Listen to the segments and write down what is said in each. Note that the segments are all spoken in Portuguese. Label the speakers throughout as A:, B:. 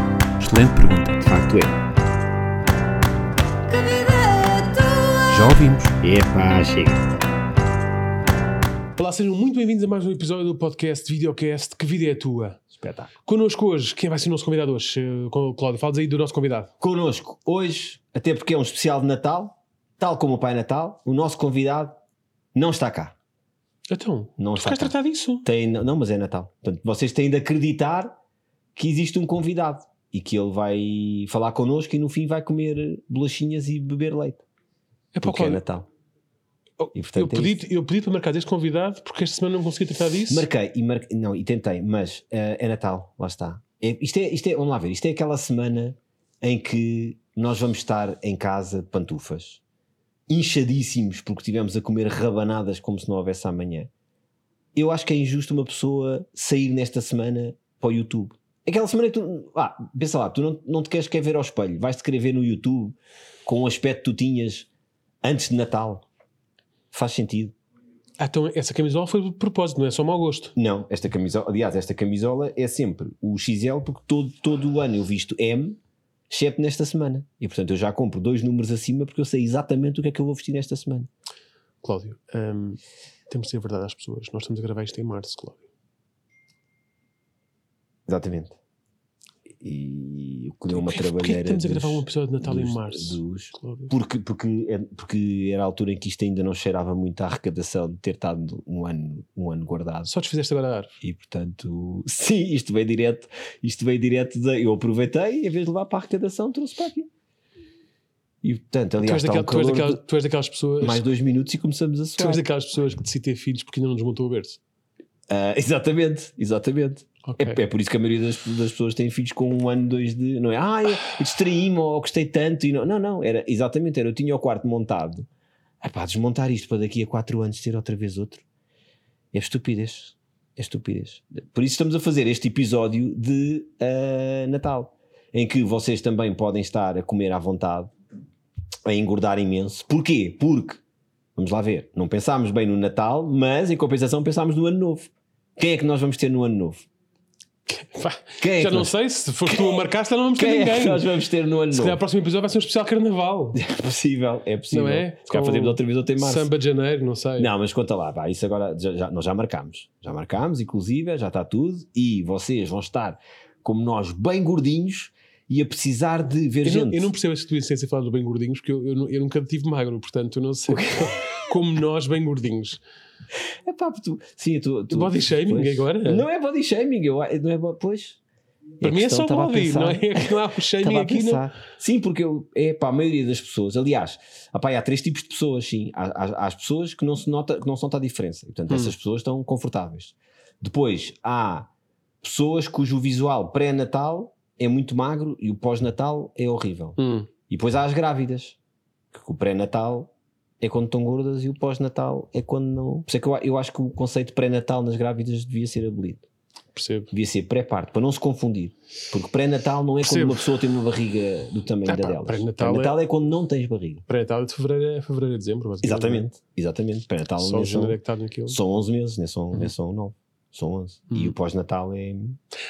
A: importante pergunta.
B: De facto é.
C: Que vida é tua?
A: Já ouvimos.
B: Epá, chega.
D: Olá, sejam muito bem-vindos a mais um episódio do podcast Videocast Que Vida é a Tua.
B: Espetáculo.
D: Connosco hoje, quem vai ser o nosso convidado hoje? Eh, Com- Cláudio, falas aí do nosso convidado.
B: Connosco hoje, até porque é um especial de Natal, tal como o Pai Natal, o nosso convidado não está cá.
D: Então,
B: Não
D: tu
B: está
D: queres
B: cá.
D: tratar disso?
B: Tem, não, mas é Natal. Portanto, vocês têm de acreditar que existe um convidado e que ele vai falar connosco e no fim vai comer bolachinhas e beber leite.
D: É para o
B: Porque é
D: Cláudio.
B: Natal.
D: Oh,
B: E, portanto,
D: Eu
B: é
D: pedi, eu pedi para marcar este convidado porque esta semana não consegui tratar disso.
B: Marquei e marquei, não, e tentei, mas eh, é Natal, lá está. É, isto, é, isto é, vamos lá ver, isto é aquela semana em que nós vamos estar em casa de pantufas, inchadíssimos porque estivemos a comer rabanadas como se não houvesse amanhã. Eu acho que é injusto uma pessoa sair nesta semana para o YouTube. Aquela semana que tu, ah, pensa lá, tu não, não te queres quer ver ao espelho, vais-te querer ver no YouTube com o aspecto que tu tinhas antes de Natal. Faz sentido.
D: Ah, então essa camisola foi de propósito, não é só mau gosto.
B: Não, esta camisola, aliás, esta camisola é sempre o XL, porque todo, todo o ano eu visto M, excepto nesta semana. E portanto eu já compro dois números acima porque eu sei exatamente o que é que eu vou vestir nesta semana.
D: Cláudio, hum, temos de ser verdade às pessoas. Nós estamos a gravar isto em março, Cláudio.
B: Exatamente. E o que deu uma
D: Porquê- porquê que
B: trabalheira.
D: estamos a gravar
B: dos-
D: um episódio de Natal em
B: dos-
D: março?
B: dos-
D: Cláudio.
B: porque, porque, é- porque era a altura em que isto ainda não cheirava muito à arrecadação de ter estado um ano, um ano guardado.
D: Só desfizeste agora a árvore.
B: E portanto, sim, isto veio direto, isto veio direto da. Eu aproveitei e em vez de levar para a arrecadação, trouxe para aqui. E portanto,
D: Tu
B: aliás,
D: és,
B: está
D: daquela-
B: um
D: tu és
B: calor
D: daquela-
B: de-
D: tu és daquelas pessoas.
B: mais dois minutos e começamos a
D: Tu
B: suar.
D: és daquelas pessoas que decidem ter filhos porque ainda não desmontou o berço.
B: Ah, exatamente, exatamente.
D: Ok.
B: É, é por isso que a maioria das, das pessoas tem filhos com um ano, dois de. Não é? Ah, eu distraí-me ou gostei tanto. E não, não, não, era exatamente. Era, eu tinha o quarto montado. Ah, pá, desmontar isto para daqui a quatro anos ter outra vez outro. É estupidez. É estupidez. Por isso estamos a fazer este episódio de ah, Natal, em que vocês também podem estar a comer à vontade, a engordar imenso. Porquê? Porque, vamos lá ver, não pensámos bem no Natal, mas em compensação pensámos no Ano Novo. Quem é que nós vamos ter no Ano Novo?
D: Pá,
B: Quem é
D: já
B: que
D: não
B: nós-
D: sei, se for tu a marcar, se não vamos ter
B: Quem é
D: ninguém.
B: que nós vamos ter no ano
D: Se calhar o
B: novo?
D: próximo episódio vai ser um especial carnaval.
B: É possível, é possível.
D: Não é?
B: Se calhar
D: Com
B: fazemos outra vez outra em março.
D: Samba de janeiro, não sei.
B: Não, mas conta lá, pá, isso agora já- já- nós já marcámos. Já marcámos, inclusive, já está tudo. E vocês vão estar, como nós, bem gordinhos e a precisar de ver
D: eu, não,
B: gente.
D: eu não percebo essa tua essência de falar do bem gordinhos, porque eu, eu nu- eu nunca tive magro, portanto eu não sei como nós bem gordinhos.
B: É pá, tu, sim, tu, tu-
D: Body shaming
B: pois.
D: agora?
B: Não é body shaming, eu, não é. bo- Pois.
D: Para mim é
B: questão,
D: só
B: estava a
D: body,
B: pensar.
D: não é? Que Não há um shaming
B: Estava a
D: aqui, não.
B: pensar. Sim, porque eu, é para a maioria das pessoas. Aliás, apá, há três tipos de pessoas, sim. Há, há- há as pessoas que não se nota, que não se nota a diferença. E, portanto,
D: Hum.
B: essas pessoas estão confortáveis. Depois há pessoas cujo visual pré-natal é muito magro e o pós-natal é horrível.
D: Hum.
B: E depois há as grávidas, que o pré-natal é quando estão gordas e o pós-natal é quando não. Por isso é que eu, a- eu acho que o conceito de pré-natal nas grávidas devia ser abolido
D: Percebo.
B: devia ser pré-parto, para não se confundir. Porque pré-natal não é
D: Percebo.
B: quando uma pessoa tem uma barriga do tamanho
D: Ah,
B: da
D: pá,
B: delas.
D: pré-natal
B: Pré-natal é... quando não tens barriga.
D: Pré-natal de fevereiro a fevereiro a dezembro, basicamente. é?
B: Exatamente, exatamente. Pré-natal
D: Só o
B: nem são,
D: janeiro é que está naquilo.
B: são 11 meses, nem são, nem são 9. São 11. E
D: Hum.
B: o pós-natal é.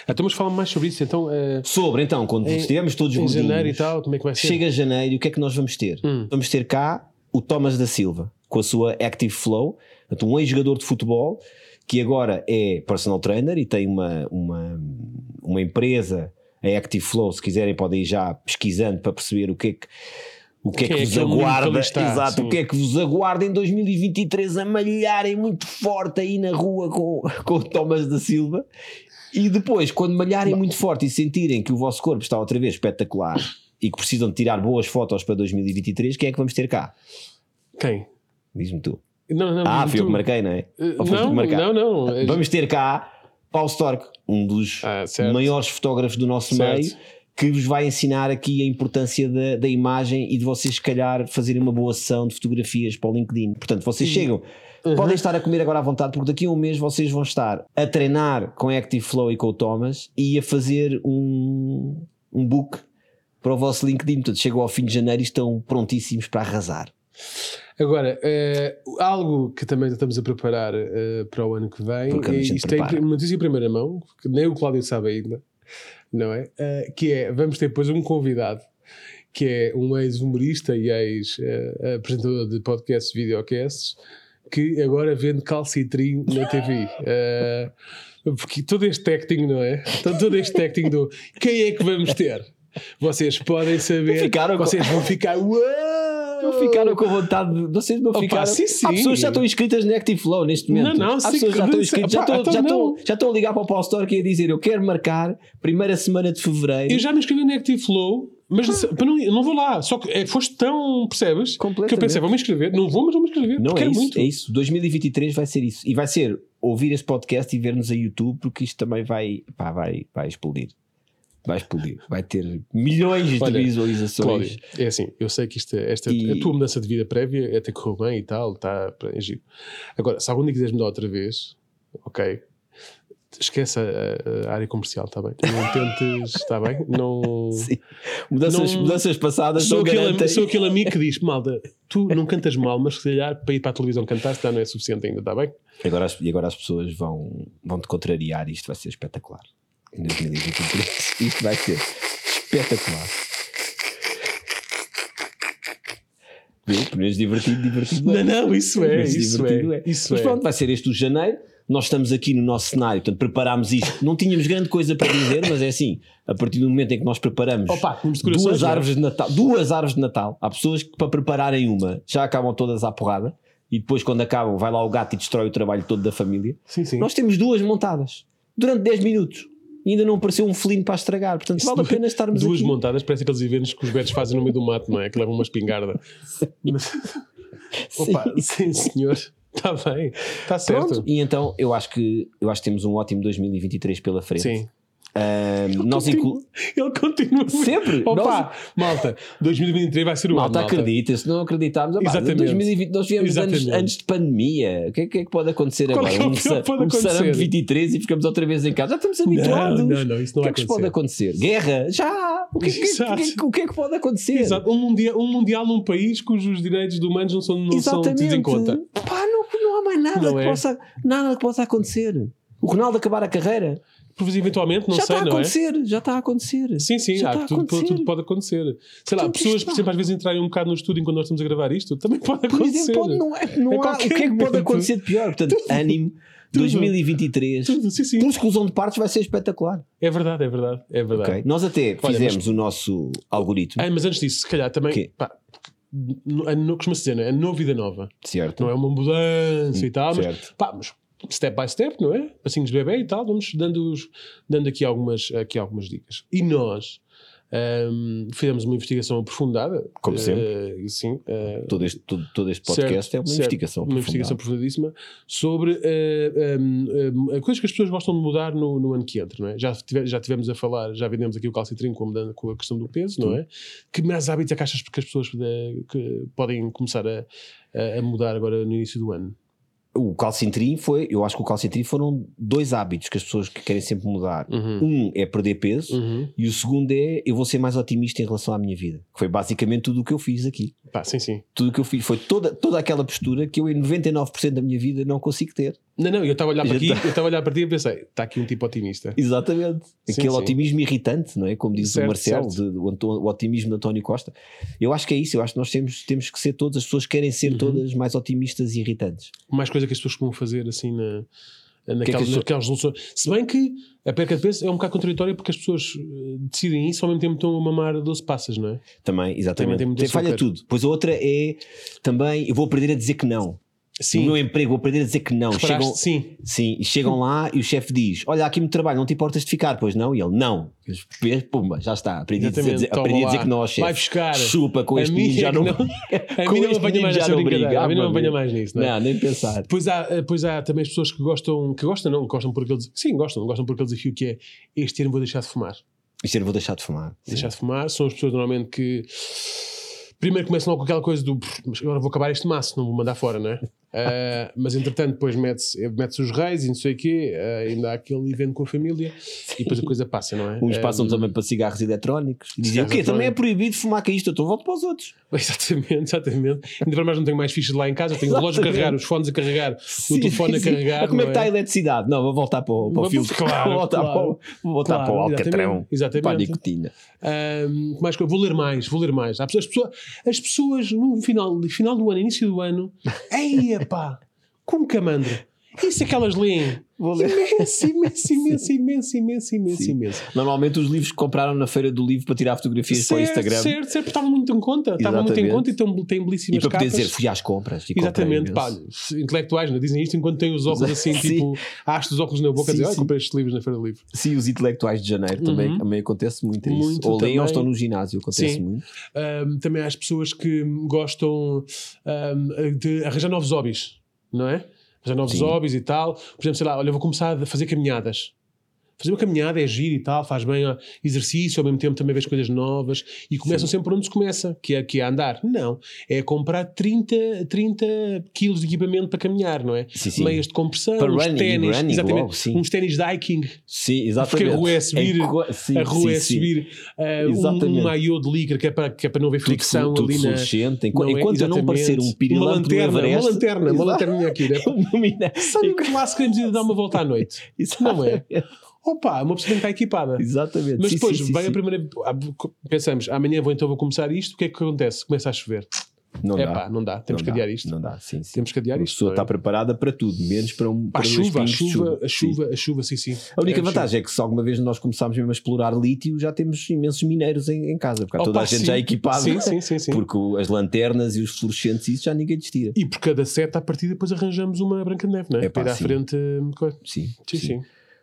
D: Então, mas fala mais sobre isso. Então, eh,
B: Sobre, então, quando
D: Em-
B: estivermos todos
D: em
B: gordinhos,
D: janeiro e tal, como é que vai ser?
B: chega janeiro, o que é que nós vamos ter?
D: Hum.
B: Vamos ter cá o Thomas da Silva, com a sua Active Flow, portanto, um ex-jogador de futebol que agora é personal trainer e tem uma, uma, uma empresa, a Active Flow, se quiserem podem ir já pesquisando para perceber o que é que o que é
D: Quem
B: que
D: é
B: vos
D: aquele mundo que
B: aguarda?
D: ali está,
B: Exato,
D: sim.
B: o que é que vos aguarda em 2023 a malharem muito forte aí na rua com, com o Thomas da Silva. E depois, quando malharem muito forte e sentirem que o vosso corpo está outra vez espetacular e que precisam de tirar boas fotos para 2023, quem é que vamos ter cá?
D: Quem?
B: Diz-me tu.
D: Não, não,
B: Ah,
D: tu-
B: fui eu que marquei, não é?
D: Eh,
B: Ou foste tu
D: Não,
B: que marcaste?
D: não, não. Eh,
B: Vamos ter cá Paul Stork, um dos
D: Ah, certo.
B: maiores fotógrafos do nosso
D: Certo.
B: meio, que vos vai ensinar aqui a importância da, da imagem e de vocês, se calhar, fazerem uma boa sessão de fotografias para o LinkedIn. Portanto, vocês chegam,
D: Uhum.
B: podem estar a comer agora à vontade, porque daqui a um mês vocês vão estar a treinar com a Active Flow e com o Thomas e a fazer um, um book para o vosso LinkedIn. Portanto, chegam ao fim de janeiro e estão prontíssimos para arrasar.
D: Agora, eh, algo que também estamos a preparar eh, para o ano que vem,
B: Porque a
D: e
B: gente
D: isto
B: prepara.
D: é notícia em primeira mão, que nem o Cláudio sabe ainda, não é? Ah, que é, vamos ter depois um convidado que é um ex-humorista e ex-apresentador de podcasts e videocasts que agora vende calcitrim na TV. Ah, porque todo este acting, não é? Então, todo este acting do quem é que vamos ter? Vocês podem saber.
B: Ficaram com-
D: vocês vão ficar. Uau!
B: Não ficaram com vontade de. Vocês não
D: Opa,
B: ficaram.
D: sim, sim.
B: Há pessoas que já estão inscritas no Active Flow neste momento.
D: Não, não,
B: Há
D: sim,
B: pessoas que já estão inscritas. Já
D: Opa,
B: estão, já,
D: então
B: estão,
D: não.
B: já estão a ligar para o Paul Store e a dizer: Eu quero marcar primeira semana de fevereiro.
D: Eu já me inscrevi no Active Flow, mas
B: Ah.
D: para não, eu não vou lá. Só que é, foste tão, percebes? Que eu
B: Completamente.
D: pensei, vou-me inscrever. Não vou, mas vou-me inscrever.
B: Não
D: porque
B: é
D: quero
B: isso,
D: muito.
B: é isso. 2023 vai ser isso. E vai ser ouvir esse podcast e ver-nos a YouTube, porque isto também vai, pá, vai, vai explodir. Vai explodir. Vai ter milhões
D: Olha,
B: de visualizações.
D: Cláudio, é assim, eu sei que isto é- esta,
B: E-
D: a tua mudança de vida prévia até correu bem e tal, está é giro. Agora, se algum dia quiseres mudar outra vez, ok, esquece a, a- a área comercial, está bem? Não tentes, está bem? Não...
B: Sim. Mudanças,
D: Não-
B: mudanças passadas
D: Sou
B: não
D: aquele,
B: garantem.
D: sou aquele amigo que diz, malda, tu não cantas mal, mas se calhar para ir para a televisão cantar, se calhar não é suficiente ainda, está bem?
B: Agora as- e agora as pessoas vão, vão te contrariar. Isto vai ser espetacular. Em 2023. Isto vai ser espetacular. Viu? Pelo menos divertido, divertido. é.
D: Não, não, isso é,
B: Mas
D: isso
B: divertido
D: é, isso
B: Mas
D: é.
B: pronto, vai ser este o janeiro. Nós estamos aqui no nosso cenário, portanto, preparámos isto. Não tínhamos grande coisa para dizer, mas é assim: a partir do momento em que nós preparamos
D: Opa, tínhamos de corações,
B: duas
D: não é?
B: árvores de Natal, duas árvores de Natal, há pessoas que para prepararem uma já acabam todas à porrada e depois, quando acabam, vai lá o gato e destrói o trabalho todo da família.
D: Sim, sim.
B: Nós temos duas montadas durante 10 minutos e ainda não apareceu um felino para estragar, portanto,
D: Isso
B: vale a
D: du-
B: pena estarmos
D: Duas
B: aqui.
D: montadas, parece aqueles eventos que os betos fazem no meio do mato, não é? Que levam uma espingarda. Mas- Opa, sim, senhor.
B: Tá
D: Está bem. Está certo.
B: Pronto, e então eu acho que eu acho que temos um ótimo 2023 pela frente.
D: Sim.
B: Ahm, nós
D: Continu-
B: inclu...
D: Ele continua.
B: Sempre.
D: Opa,
B: Nós-
D: malta, 2023 vai ser o ano.
B: Malta, acredita, se não acreditarmos, opá,
D: Exatamente.
B: 2020 nós viemos anos,
D: Exatamente.
B: anos de pandemia. O que é, que é que pode acontecer
D: Qual
B: agora?
D: é o
B: um
D: pior que
B: sa-
D: pode
B: um sarampo
D: acontecer?
B: 23 e ficamos outra vez em casa. Já estamos habituados.
D: Não, não, não, isso não
B: o que
D: vai
B: é que pode
D: acontecer.
B: acontecer? Guerra? Já! O que, é que-
D: Exato.
B: o que é que- o que é que pode acontecer?
D: Exato. Um, mundial, um mundial num país cujos direitos de humanos não são, não são tidos em conta.
B: Pá, não, não há mais nada,
D: Não
B: que
D: é?
B: possa, nada que possa acontecer. O Ronaldo acabar a carreira?
D: Por vezes, eventualmente, não
B: já
D: sei,
B: está a
D: não é?
B: acontecer, já está a acontecer.
D: Sim, sim,
B: Já
D: há,
B: está a
D: tudo,
B: acontecer.
D: tudo pode acontecer. Sei lá,
B: Portanto,
D: pessoas,
B: isto
D: por
B: dá.
D: exemplo, às vezes entrarem um bocado no estúdio enquanto nós estamos a gravar isto, também pode
B: Por
D: acontecer.
B: exemplo, pode- não, é- não
D: A
B: há, o que
D: qualquer
B: é que pode
D: momento.
B: acontecer de pior? Portanto, ânimo,
D: Tudo.
B: 2023.
D: Tudo, sim, sim.
B: Por exclusão de partes vai ser espetacular.
D: É verdade, é verdade, é verdade.
B: Ok? Nós até
D: Olha,
B: fizemos o nosso algoritmo,
D: Ah, mas antes disso, se calhar
B: Quê?
D: também. Pá, no- é no- costuma-se dizer, não é? É novo vida nova.
B: certo?
D: Não é uma mudança e tal, mas,
B: Hum, certo.
D: pá, mas step by step, não é? Passinhos de bebê e tal, vamos dando, os- dando aqui, algumas, aqui algumas dicas. E nós ahm, fizemos uma investigação aprofundada.
B: Como
D: sempre. sim. ah,
B: Todo, este, todo, todo este podcast
D: Certo,
B: é uma
D: certo.
B: investigação.
D: Uma investigação profundíssima sobre eh, eh, eh, coisas que as pessoas gostam de mudar no, no ano que entra, não é? Já, tive- já tivemos a falar, já vendemos aqui o calcitrim com a, mudança- com a questão do peso, não é? Que mais hábitos é que achas que as pessoas eh, que podem começar a, a- a mudar agora no início do ano?
B: O calcintrim foi, eu acho que o calcintrim foram dois hábitos que as pessoas que querem sempre mudar.
D: Uhum.
B: Um é perder peso
D: Uhum.
B: e o segundo é eu vou ser mais otimista em relação à minha vida. Que foi basicamente tudo o que eu fiz aqui.
D: Pá, sim, sim.
B: Tudo o que eu fiz foi toda, toda aquela postura que eu em 99% da minha vida não consigo ter.
D: Não, não, eu estava a olhar
B: Já
D: para aqui,
B: tá.
D: eu estava a olhar para ti e pensei, está aqui um tipo otimista.
B: Exatamente.
D: Sim,
B: Aquele
D: sim.
B: otimismo irritante, não é? Como diz o
D: Certo,
B: Marcelo,
D: certo.
B: de- o, Anto- o otimismo de António Costa. Eu acho que é isso, eu acho que nós temos, temos que ser todas, as pessoas querem ser
D: Uhum.
B: todas mais otimistas e irritantes.
D: mais coisa que as pessoas vão fazer assim na,
B: é
D: naquela,
B: as pessoas-
D: naquelas resoluções. Se bem que a perca de peso é um bocado contraditória porque as pessoas eh, decidem isso ao mesmo tempo estão a mamar 12 passas, não é?
B: Também, exatamente.
D: Também tem muito
B: Tem- falha
D: açúcar.
B: tudo. Pois a outra é também, eu vou aprender a dizer que não. O meu emprego, vou aprender a dizer que não.
D: reparaste?
B: Chegam,
D: Sim,
B: sim, e chegam lá e o chefe diz: Olha, há aqui muito trabalho, não te importas de ficar, pois não? E ele, não. E eles, "Pê, Pumba, já está, aprendi, a dizer,
D: exatamente. Toma
B: aprendi a
D: lá.
B: dizer que não ao
D: Vai
B: chefe.
D: buscar.
B: Chupa com
D: A
B: este
D: mim
B: menino, já
D: é que
B: não.
D: não- A
B: com
D: mim não
B: este
D: apanha
B: menino
D: mais
B: já
D: nessa
B: não briga.
D: brincadeira. A mim
B: Ah,
D: não
B: meu
D: apanha
B: Deus.
D: mais nisso, não é?
B: Não, nem pensar.
D: Pois há, eh, pois há também as pessoas que gostam, que gostam não, gostam por aquele desafio, sim, gostam, gostam por aquele desafio que é este ano vou deixar de fumar.
B: Isto eu não vou deixar de fumar. Sim.
D: deixar de fumar. São as pessoas normalmente que primeiro começam logo com aquela coisa do "Pff, mas agora vou acabar este maço, não vou mandar fora, não é? Ah, mas entretanto, depois mete-se mete os reis e não sei o quê, ah, ainda há aquele evento com a família e depois a coisa passa, não é?
B: Uns
D: Ah,
B: passam também para cigarros eletrónicos e dizem o
D: cigarros
B: quê? Também é
D: eletrónicos.
B: proibido fumar com isto, então volto para os outros.
D: Ah, Exatamente, exatamente. Ainda para mais não tenho mais fichas lá em casa, tenho o relógio a
B: Exatamente.
D: carregar, os fones a carregar,
B: Sim,
D: o telefone a
B: sim.
D: carregar.
B: Mas Como é que
D: não
B: está a eletricidade? Não, vou voltar para o, para o
D: Vou-
B: fio.
D: claro,
B: vou voltar,
D: claro.
B: para, o- vou voltar
D: Claro,
B: para o
D: exatamente,
B: Alcatrão. Para a
D: exatamente.
B: nicotina.
D: Ahm, é que mais que eu vou ler mais, vou ler mais. Há pessoas- As pessoas, as pessoas no final, final do ano, início do ano, ei pá, como camandro. Isso é que elas leem.
B: Vou ler.
D: Imenso, imenso, imenso, imenso, imenso, imenso,
B: Sim.
D: imenso.
B: Normalmente os livros que compraram na feira do livro para tirar fotografias para o Instagram
D: certo, certo, estavam muito em conta. Estavam muito em
B: Exatamente.
D: conta e tão- têm
B: e
D: belíssimas
B: para poder
D: capas.
B: dizer fui às compras. E comprei
D: Exatamente,
B: imenso.
D: pá, intelectuais não é? dizem isto enquanto têm os óculos assim,
B: Sim.
D: tipo, haste os óculos na boca,
B: Sim,
D: dizem, ah,
B: sim.
D: comprei estes livros na Feira do Livro.
B: Sim, os intelectuais de janeiro também,
D: Uhum.
B: também acontece muito isso.
D: Muito
B: ou leem ou
D: também.
B: estão no ginásio, acontece
D: Sim.
B: muito.
D: Ahm, também há as pessoas que gostam ahm, de arranjar novos hobbies, não é? Arranjar novos
B: Sim.
D: hobbies e tal. Por exemplo, sei lá, olha, eu vou começar a fazer caminhadas. Fazer uma caminhada é giro e tal, faz bem a exercício, ao mesmo tempo também vês coisas novas e começam sempre por onde se começa, que é, que é a andar. Não, é comprar 30, 30 quilos de equipamento para caminhar, não é?
B: Sim, sim.
D: Meias de compressão,
B: Para
D: uns
B: running,
D: ténis,
B: running,
D: exatamente,
B: logo, sim.
D: uns ténis de hiking,
B: Sim,
D: porque
B: exatamente.
D: a rua é a subir,
B: co- sim,
D: a
B: sim,
D: rua é
B: sim.
D: subir, ah,
B: Exatamente.
D: um, um maiô de lycra que é para, que é para não haver
B: Tudo,
D: fricção
B: tudo
D: ali na.
B: fluorescente. Enqu-
D: não é?
B: Enquanto eu não
D: Exatamente.
B: parecer um
D: Uma
B: pirilão do
D: lanterna,
B: Everest.
D: uma lanterna, uma lanterninha aqui, né?
B: Ilumina.
D: Sabe que lá se queremos ir dar uma volta à noite? Não é? Opa, uma pessoa tem que estar equipada.
B: Exatamente.
D: Mas
B: Sim,
D: depois,
B: sim, sim,
D: vem
B: sim.
D: a primeira. ah, Pensamos, amanhã vou então vou começar isto, o que é que acontece? Começa a chover.
B: Não
D: É
B: dá.
D: pá, não dá, temos
B: Não
D: que
B: dá,
D: adiar isto.
B: Não dá, sim, sim.
D: Temos que adiar
B: a
D: isto.
B: pessoa
D: não é?
B: está preparada para tudo, menos para um
D: Pá,
B: para
D: a
B: dois
D: chuva, a
B: pingos de
D: chuva,
B: Sim.
D: a chuva, a chuva, sim, sim.
B: A única
D: É,
B: vantagem é que se alguma vez nós começarmos mesmo a explorar lítio, já temos imensos mineiros em, em casa, porque há
D: Opa,
B: tá toda a gente
D: sim.
B: já equipada.
D: Sim, sim, sim. sim.
B: Porque o- as lanternas e os fluorescentes, isso já ninguém lhes tira.
D: E por cada seta, a partir depois arranjamos uma branca de neve, não é?
B: Epá,
D: Para ir à
B: sim.
D: frente. hum, coisa.
B: Sim,
D: Sim, sim.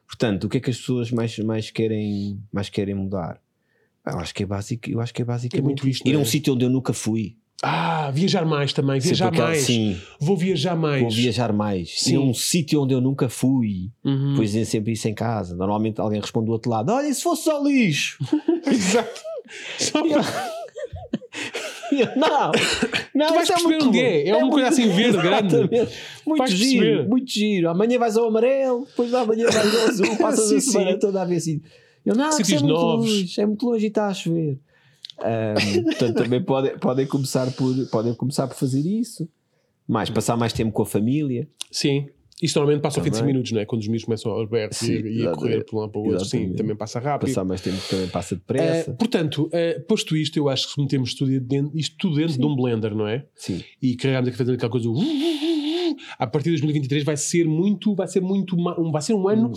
B: Portanto, o que é que as pessoas mais, mais, querem, mais querem mudar? Ah, Eu acho que é básico, eu acho que é
D: É
B: basicamente
D: muito isto.
B: ir a
D: não
B: um
D: é?
B: sítio onde eu nunca fui.
D: Ah, viajar mais também,
B: Sempre
D: viajar
B: aquela-
D: mais.
B: Sim,
D: Vou viajar mais.
B: vou viajar mais. Ir a
D: Sim.
B: um sítio onde eu nunca fui.
D: Uhum.
B: Pois dizem sempre isso em casa. Normalmente alguém responde do outro lado: Olha, e se fosse só lixo!
D: Exato. Só para...
B: E eu, não! Não,
D: Tu vais
B: isso é
D: perceber
B: muito
D: onde
B: bom.
D: é. É uma coisa assim verde, grande.
B: Exatamente. Muito
D: Vais
B: giro,
D: perceber.
B: muito giro. Amanhã vais ao amarelo, depois da manhã vais ao azul, passas
D: Sim,
B: a semana
D: sim.
B: toda a ver assim. Eu, não, que isso é
D: Sítios
B: muito
D: novos.
B: longe, é muito longe e está a chover. Ahm, portanto, também podem, podem, começar por, podem começar por fazer isso. Mais, passar mais tempo com a família.
D: Sim. Isto normalmente passa ao fim de 5
B: Também.
D: minutos, não é? Quando os miúdos começam a berros
B: Sim,
D: e, e a
B: exatamente.
D: correr de um lado para o outro, sim,
B: Exatamente.
D: também passa rápido.
B: Passar mais tempo também passa
D: Eh,
B: depressa.
D: portanto, eh, posto isto, eu acho que se metemos tudo dentro, isto tudo dentro de um blender, não é?
B: Sim.
D: E carregamos aqui fazendo aquela coisa, uh, uh, uh, uh, a partir de 2023 vai ser muito, vai ser muito, ma- um- vai ser um ano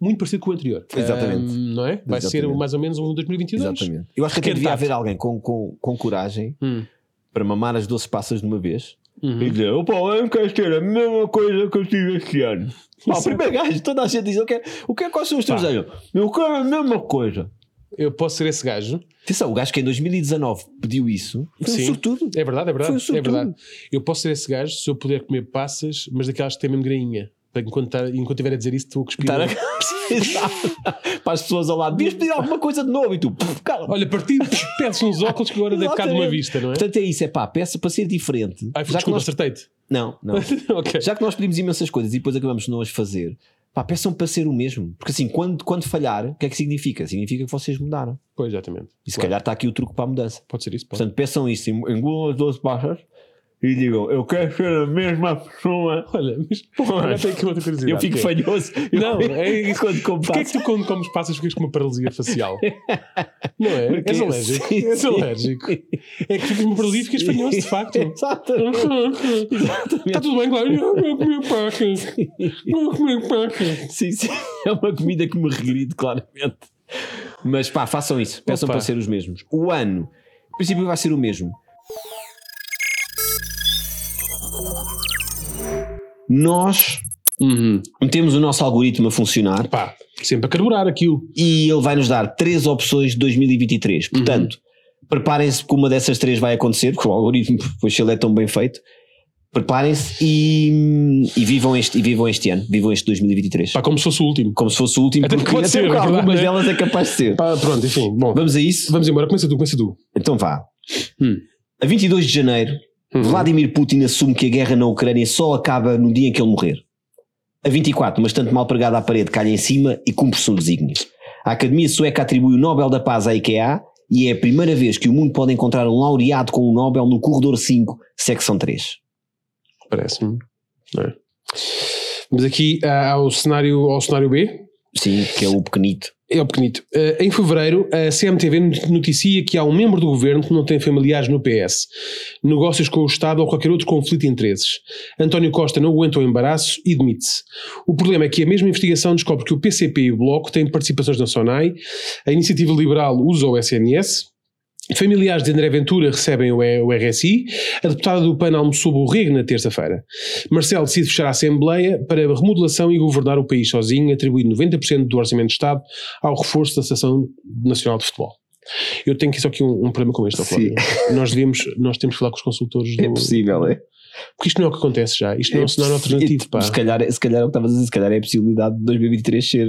D: muito parecido com o anterior.
B: Exatamente.
D: Eh, não é? Vai ser
B: Exatamente.
D: mais ou menos um 2022.
B: Exatamente. Eu acho que até
D: Requentado.
B: devia haver alguém com, com, com coragem
D: Hum,
B: para mamar as 12 passas de uma vez
D: uhum.
B: e dizer: opa, eu quero ter a mesma coisa que eu tive este ano. Pá, o
D: Exato.
B: primeiro gajo, toda a gente diz: eu quero, o que é quais são os teus
D: Pá.
B: desejos? Eu quero a mesma coisa.
D: Eu posso ser esse gajo.
B: Atenção, o gajo que em 2019 pediu isso foi
D: Sim.
B: um sortudo.
D: É verdade, é verdade.
B: Foi um
D: é
B: sortudo.
D: verdade. Eu posso ser esse gajo se eu puder comer passas, mas daquelas que têm mesmo grainha. Para Enquanto, tá- enquanto estiver a dizer isso, estou a cuspir.
B: Estar a- Exato. Para as pessoas ao lado, devias pedir alguma coisa de novo e tu, "Pff, cara.
D: Olha, partido, pedes uns óculos que agora deve ficar de uma
B: Exatamente.
D: vista, não é?
B: Portanto, é isso, é pá, peça para ser diferente.
D: Ai,
B: já que
D: desculpa,
B: nós...
D: acertei-te.
B: Não, não.
D: ok.
B: Já que nós pedimos imensas coisas e depois acabamos de não as fazer, pá, peçam para ser o mesmo. Porque assim, quando, quando falhar, o que é que significa? Significa que vocês mudaram.
D: Pois, exatamente.
B: E se
D: Claro.
B: calhar está aqui o truque para a mudança.
D: Pode ser isso, pode.
B: Portanto, peçam isso, en- engulam as 12 passas e digam: Eu quero ser a mesma pessoa.
D: Olha, mas
B: Porra.
D: agora tenho aqui outra curiosidade.
B: Eu fico
D: que é,
B: falhoso. Eu-
D: Não, é isso.
B: quando como
D: Porquê é que tu quando comes passas ficas com uma paralisia facial? Não é?
B: Porque-
D: És alérgico.
B: Sim,
D: És
B: sim.
D: alérgico. É que ficas com uma paralisia e ficas fanhoso, de facto.
B: assim. Exatamente.
D: Está Uhum. Tá tudo bem, claro. Eu vou comer pacas. Eu vou comer pacas.
B: Sim, sim. É uma comida que me regride, claramente. Mas pá, façam isso. Peçam
D: Opa.
B: para ser os mesmos. O ano, em princípio, vai ser o mesmo. Nós metemos o nosso algoritmo a funcionar
D: Pá, sempre a carburar aquilo.
B: e ele vai nos dar três opções de 2023.
D: Uhum.
B: Portanto, preparem-se que uma dessas três vai acontecer, porque o algoritmo, pois se ele é tão bem feito. Preparem-se e, e vivam, este, e vivam este ano, vivam este 2023.
D: Pá, como se fosse o último.
B: Como se fosse o último,
D: Até
B: porque
D: pode
B: até
D: ser,
B: porque
D: é verdade,
B: algumas
D: né?
B: delas é capaz de ser.
D: Pá, pronto, enfim. Bom,
B: Vamos a isso?
D: vamos embora. Começa tu, começa tu.
B: Então vá.
D: Hum.
B: A 22 de janeiro Vladimir Putin assume que a guerra na Ucrânia só acaba no dia em que ele morrer. A 24, uma estante mal pregada à parede calha em cima e cumpre o seu desígnio. A Academia Sueca atribui o Nobel da Paz à IKEA e é a primeira vez que o mundo pode encontrar um laureado com o Nobel no corredor 5, secção 3.
D: Parece-me. não é? Mas aqui há há o cenário, ao cenário B,
B: Sim, que é o pequenito.
D: É o pequenito. Eh, em fevereiro, a CMTV noticia que há um membro do governo que não tem familiares no PS. Negócios com o Estado ou qualquer outro conflito de interesses. António Costa não aguenta o embaraço e demite-se. O problema é que a mesma investigação descobre que o PCP e o Bloco têm participações na SONAI, a Iniciativa Liberal usa o SNS, Familiares de André Ventura recebem o E- o RSI, a deputada do PAN almoçou borrego na terça-feira. Marcelo decide fechar a Assembleia para a remodelação e governar o país sozinho, atribuindo 90% do Orçamento de Estado ao reforço da Associação Nacional de Futebol. Eu tenho aqui só aqui um, um problema com este, ó Flávio. Nós devíamos, nós temos que falar com os consultores do...
B: possível, é?
D: Porque isto não é o que acontece já, isto não é um cenário alternativo, pá.
B: tipo, Se calhar, se calhar é o que estavas a dizer, se calhar é a possibilidade de 2023 ser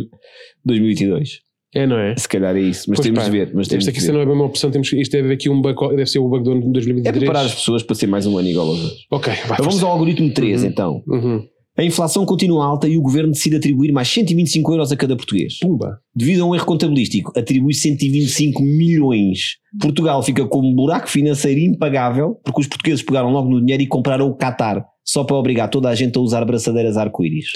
B: 2022.
D: É, não é?
B: Se calhar é isso, mas
D: Pois
B: temos
D: pá,
B: de ver. Mas temos
D: Esta
B: de
D: aqui se
B: ver.
D: não é bem uma opção, temos, que- isto deve, aqui um banco, deve ser o banco do ano de
B: É
D: 2023.
B: preparar as pessoas para ser mais um ano igual aos outros.
D: Ok, vai,
B: Vamos
D: força.
B: ao algoritmo 3,
D: Uhum.
B: então.
D: Uhum.
B: A inflação continua alta e o governo decide atribuir mais 125 euros a cada português.
D: Pumba.
B: Devido a um erro contabilístico, atribui 125 milhões. Portugal fica com um buraco financeiro impagável porque os portugueses pegaram logo no dinheiro e compraram o Qatar só para obrigar toda a gente a usar braçadeiras arco-íris.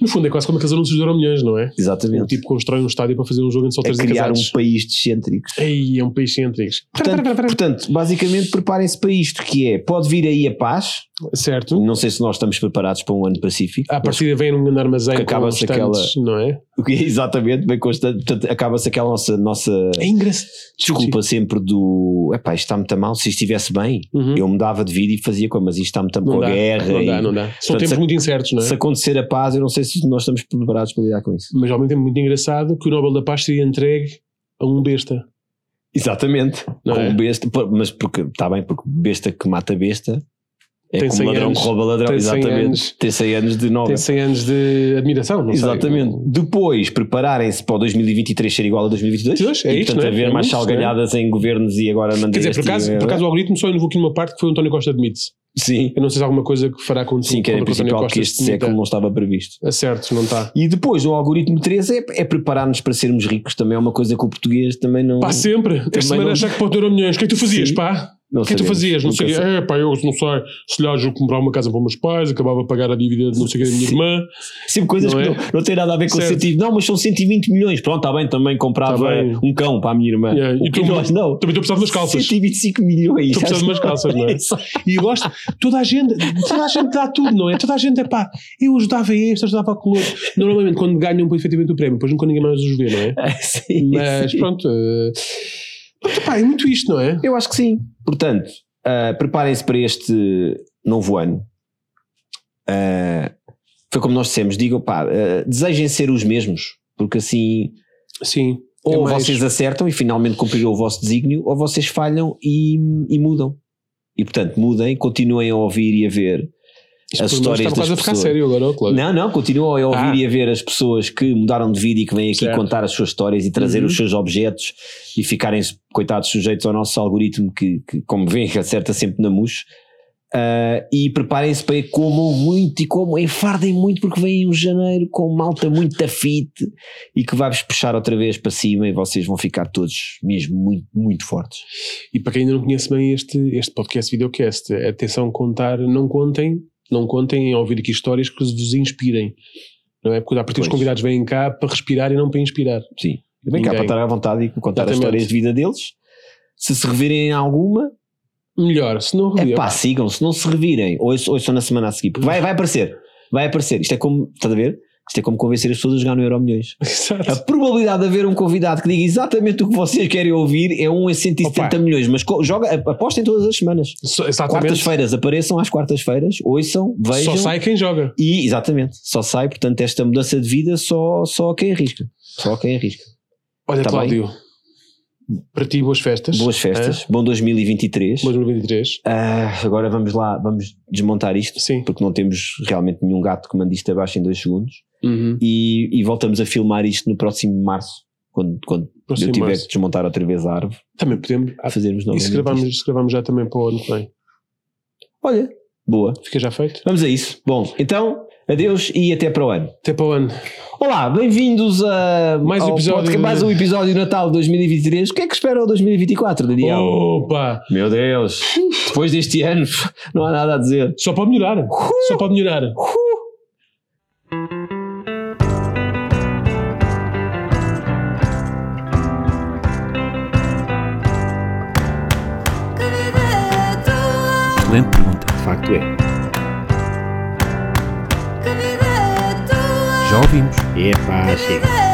D: No fundo, é quase como aqueles anúncios de Euro milhões, não é? O
B: Exatamente.
D: tipo constrói um estádio para fazer um jogo entre
B: a
D: solteiros e
B: criar
D: casados.
B: um país de excêntricos.
D: Ei, é um país sem intrigas.
B: Portanto, portanto, basicamente preparem-se para isto, que é, pode vir aí a paz,
D: Certo.
B: não sei se nós estamos preparados para um ano pacífico,
D: À partida vem num grande armazém
B: Que
D: com
B: acaba-se
D: estantes, não é?
B: exatamente, bem constante, portanto acaba-se aquela nossa, nossa
D: É engraçado.
B: desculpa sempre do, epá, isto está muito a mal, se estivesse bem,
D: Uhum.
B: eu mudava de vida e fazia como, mas isto está muito a mal
D: Não
B: com a
D: dá,
B: guerra,
D: não dá,
B: e-
D: não dá. São
B: Portanto,
D: tempos
B: se-
D: muito incertos, não é?
B: se acontecer a paz, eu não sei se nós estamos preparados para lidar com isso.
D: Mas ao mesmo tempo muito engraçado que o Nobel da Paz seria entregue a um besta.
B: Exatamente,
D: Não
B: com
D: é?
B: besta, por- mas porque, está bem, porque besta que mata besta, é
D: Tem
B: como
D: 100
B: ladrão
D: anos.
B: que rouba ladrão,
D: Tem 100 anos.
B: exatamente, tem 100 anos de nova.
D: Tem 100 anos de admiração, não sei.
B: Exatamente. Depois, prepararem-se para o 2023 ser igual a 2022.
D: Pois, é
B: e,
D: isto,
B: portanto,
D: não é?
B: haver
D: É
B: mais
D: isso,
B: salgalhadas em governos e agora mandar
D: Quer dizer, por acaso, por acaso o algoritmo só invocou aqui numa parte que foi o António Costa admite-se.
B: Sim,
D: Eu não sei se há alguma coisa que é fará acontecer.
B: sim, que era em
D: quando o António
B: principal que
D: Costa
B: este
D: se demita.
B: século não estava previsto.
D: É certo, não está.
B: E depois, o algoritmo 3 é, é preparar-nos para sermos ricos. Também é uma coisa que o português também não.
D: Pá, sempre. Esta
B: Também
D: semana
B: não-
D: já que pode ter Euro milhões. O que é que tu fazias,
B: Sim.
D: pá?
B: não
D: O que é que tu
B: sabemos.
D: fazias? Não
B: Nunca
D: sei o quê.
B: sa-
D: É, pá, eu não sei. Se lhe ajudo a comprar uma casa para os meus pais, acabava a pagar a dívida de não sei o que da minha
B: Sim.
D: irmã.
B: Sempre coisas
D: Não
B: que
D: é?
B: não, não têm nada a ver com o
D: Certo.
B: sentido. Não, mas são 120 milhões. Pronto, está bem, também comprava
D: Está bem.
B: um cão para a minha irmã.
D: Yeah,
B: O
D: e
B: que
D: tu-
B: nós não.
D: Também estou a precisar de umas calças.
B: 125 milhões.
D: Estou a precisar de umas calças, não é? E eu gosto, toda a gente, toda a gente dá tudo, não é? Toda a gente é pá, eu ajudava este, eu ajudava aquele outro. Normalmente, quando ganham efetivamente o prémio, depois nunca ninguém mais os vê, não é?
B: Sim,
D: Mas
B: sim.
D: pronto. eh, pronto, pá, é muito isto, não é?
B: Eu acho que sim. Portanto, ah, preparem-se para este novo ano. Ah, foi como nós dissemos: digam, pá, ah, desejem ser os mesmos, porque assim
D: Sim.
B: ou
D: é mais-
B: vocês acertam e finalmente cumpriram o vosso desígnio, ou vocês falham e, e mudam. E portanto, mudem, continuem a ouvir e a ver.
D: Isto
B: as
D: por nós
B: histórias
D: Estava
B: das
D: quase a ficar
B: pessoas.
D: sério agora, ó, Cláudio.
B: Não, não, continuem a ouvir
D: Ah.
B: e a ver as pessoas que mudaram de vida e que vêm aqui
D: Certo.
B: contar as suas histórias e trazer
D: Uhum.
B: os seus objetos e ficarem, coitados, sujeitos ao nosso algoritmo que, que, como vêem, acerta sempre na mousse. Ah, e preparem-se para que comam muito e como enfardem muito porque vem um janeiro com malta muito fit e que vai-vos puxar outra vez para cima e vocês vão ficar todos mesmo muito, muito fortes.
D: E para quem ainda não conhece bem este, este podcast videocast, atenção contar, não contem, não contem em ouvir aqui histórias que vos inspirem. Não é? Porque a partir dos
B: Pois.
D: convidados vêm cá para respirar e não para inspirar.
B: Sim. Vem cá
D: Ninguém.
B: para estar à vontade e contar as
D: Exatamente.
B: histórias de vida deles. Se se revirem em alguma,
D: Melhor, se não
B: É
D: reviram.
B: pá, sigam, se não se revirem, ou só na semana a seguir, porque vai, vai aparecer, vai aparecer. Isto é como, estás a ver? Isto é como convencer as pessoas a jogar no Euro Milhões. A
D: Exato.
B: probabilidade de haver um convidado que diga exatamente o que vocês querem ouvir é 1 em 170
D: Opa.
B: milhões, mas co- joga, apostem todas as semanas.
D: Só- Exatamente.
B: Quartas-feiras, apareçam às quartas-feiras, ouçam, vejam.
D: Só sai quem joga.
B: E, exatamente, só sai, portanto, esta mudança de vida só, só quem arrisca. Só quem arrisca.
D: Olha,
B: Tá bem.
D: Cláudio, para ti, boas festas.
B: Boas festas, bom 2023.
D: É. Boas 2023.
B: Ah, agora vamos lá, vamos desmontar isto.
D: Sim.
B: porque não temos realmente nenhum gato que mande isto abaixo em dois segundos.
D: Uhum.
B: E, e voltamos a filmar isto no próximo março, quando, quando
D: Próximo
B: eu tiver
D: março.
B: que desmontar outra vez a árvore,
D: Também podemos.
B: a fazermos
D: E
B: novamente.
D: se
B: isto.
D: gravamos, se gravamos já também para o ano que vem?
B: Olha, boa.
D: Fica já feito.
B: Vamos a isso. Bom, então, adeus e até para o ano.
D: Até para o ano.
B: Olá, bem-vindos a
D: Mais um
B: ao
D: episódio
B: podcast-
D: de-
B: mais um episódio de Natal de 2023. O que é que espera o 2024, Daniel?
D: Opa!
B: Meu Deus, depois deste ano não há nada a dizer.
D: Só pode melhorar. Só pode melhorar.
C: viver tua,
A: Excelente pergunta. De facto é.
C: que viver tua,
A: Já ouvimos.
C: que viver